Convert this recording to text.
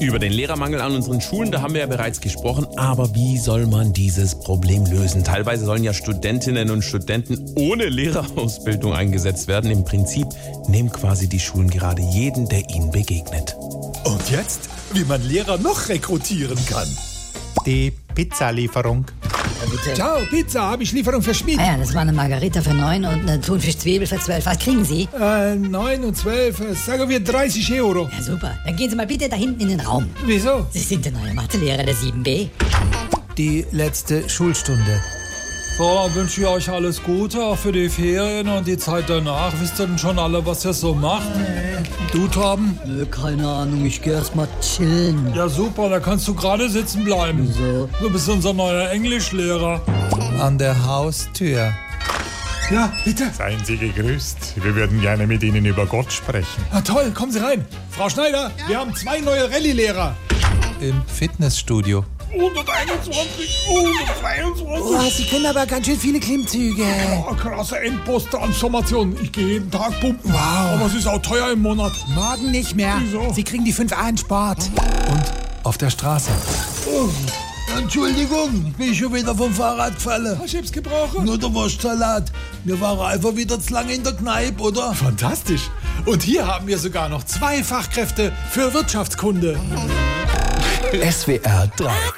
Über den Lehrermangel an unseren Schulen, da haben wir ja bereits gesprochen. Aber wie soll man dieses Problem lösen? Teilweise sollen ja Studentinnen und Studenten ohne Lehrerausbildung eingesetzt werden. Im Prinzip nehmen quasi die Schulen gerade jeden, der ihnen begegnet. Und jetzt, wie man Lehrer noch rekrutieren kann. Die Pizzalieferung. Ciao, Pizza, habe ich Lieferung für Schmied. Ah ja, das war eine Margarita für 9 und eine Thunfischzwiebel für 12. Was kriegen Sie? Äh, 9 und 12, äh, sagen wir 30 Euro. Ja, super. Dann gehen Sie mal bitte da hinten in den Raum. Wieso? Sie sind der neue Mathelehrer der 7b. Die letzte Schulstunde. So, wünsche ich euch alles Gute, auch für die Ferien und die Zeit danach. Wisst ihr denn schon alle, was ihr so macht? Du, Torben? Nö, Äh, keine Ahnung, ich geh erst mal chillen. Ja, super, da kannst du gerade sitzen bleiben. So. Du bist unser neuer Englischlehrer. An der Haustür. Ja, bitte. Seien Sie gegrüßt. Wir würden gerne mit Ihnen über Gott sprechen. Ah, toll, kommen Sie rein. Frau Schneider, wir haben zwei neue Rallye-Lehrer. Im Fitnessstudio. 121, 122. Oh, Sie können aber ganz schön viele Klimmzüge. Oh, krasse Endboss-Transformation. Ich gehe jeden Tag pumpen. Wow. Aber es ist auch teuer im Monat. Morgen nicht mehr. Wieso? Sie kriegen die 5a in Sport. Und auf der Straße. Entschuldigung, ich bin schon wieder vom Fahrrad gefallen. Ich hab's gebrochen. Nur der Wurstsalat. Wir waren einfach wieder zu lange in der Kneipe, oder? Fantastisch. Und hier haben wir sogar noch zwei Fachkräfte für Wirtschaftskunde. SWR 3.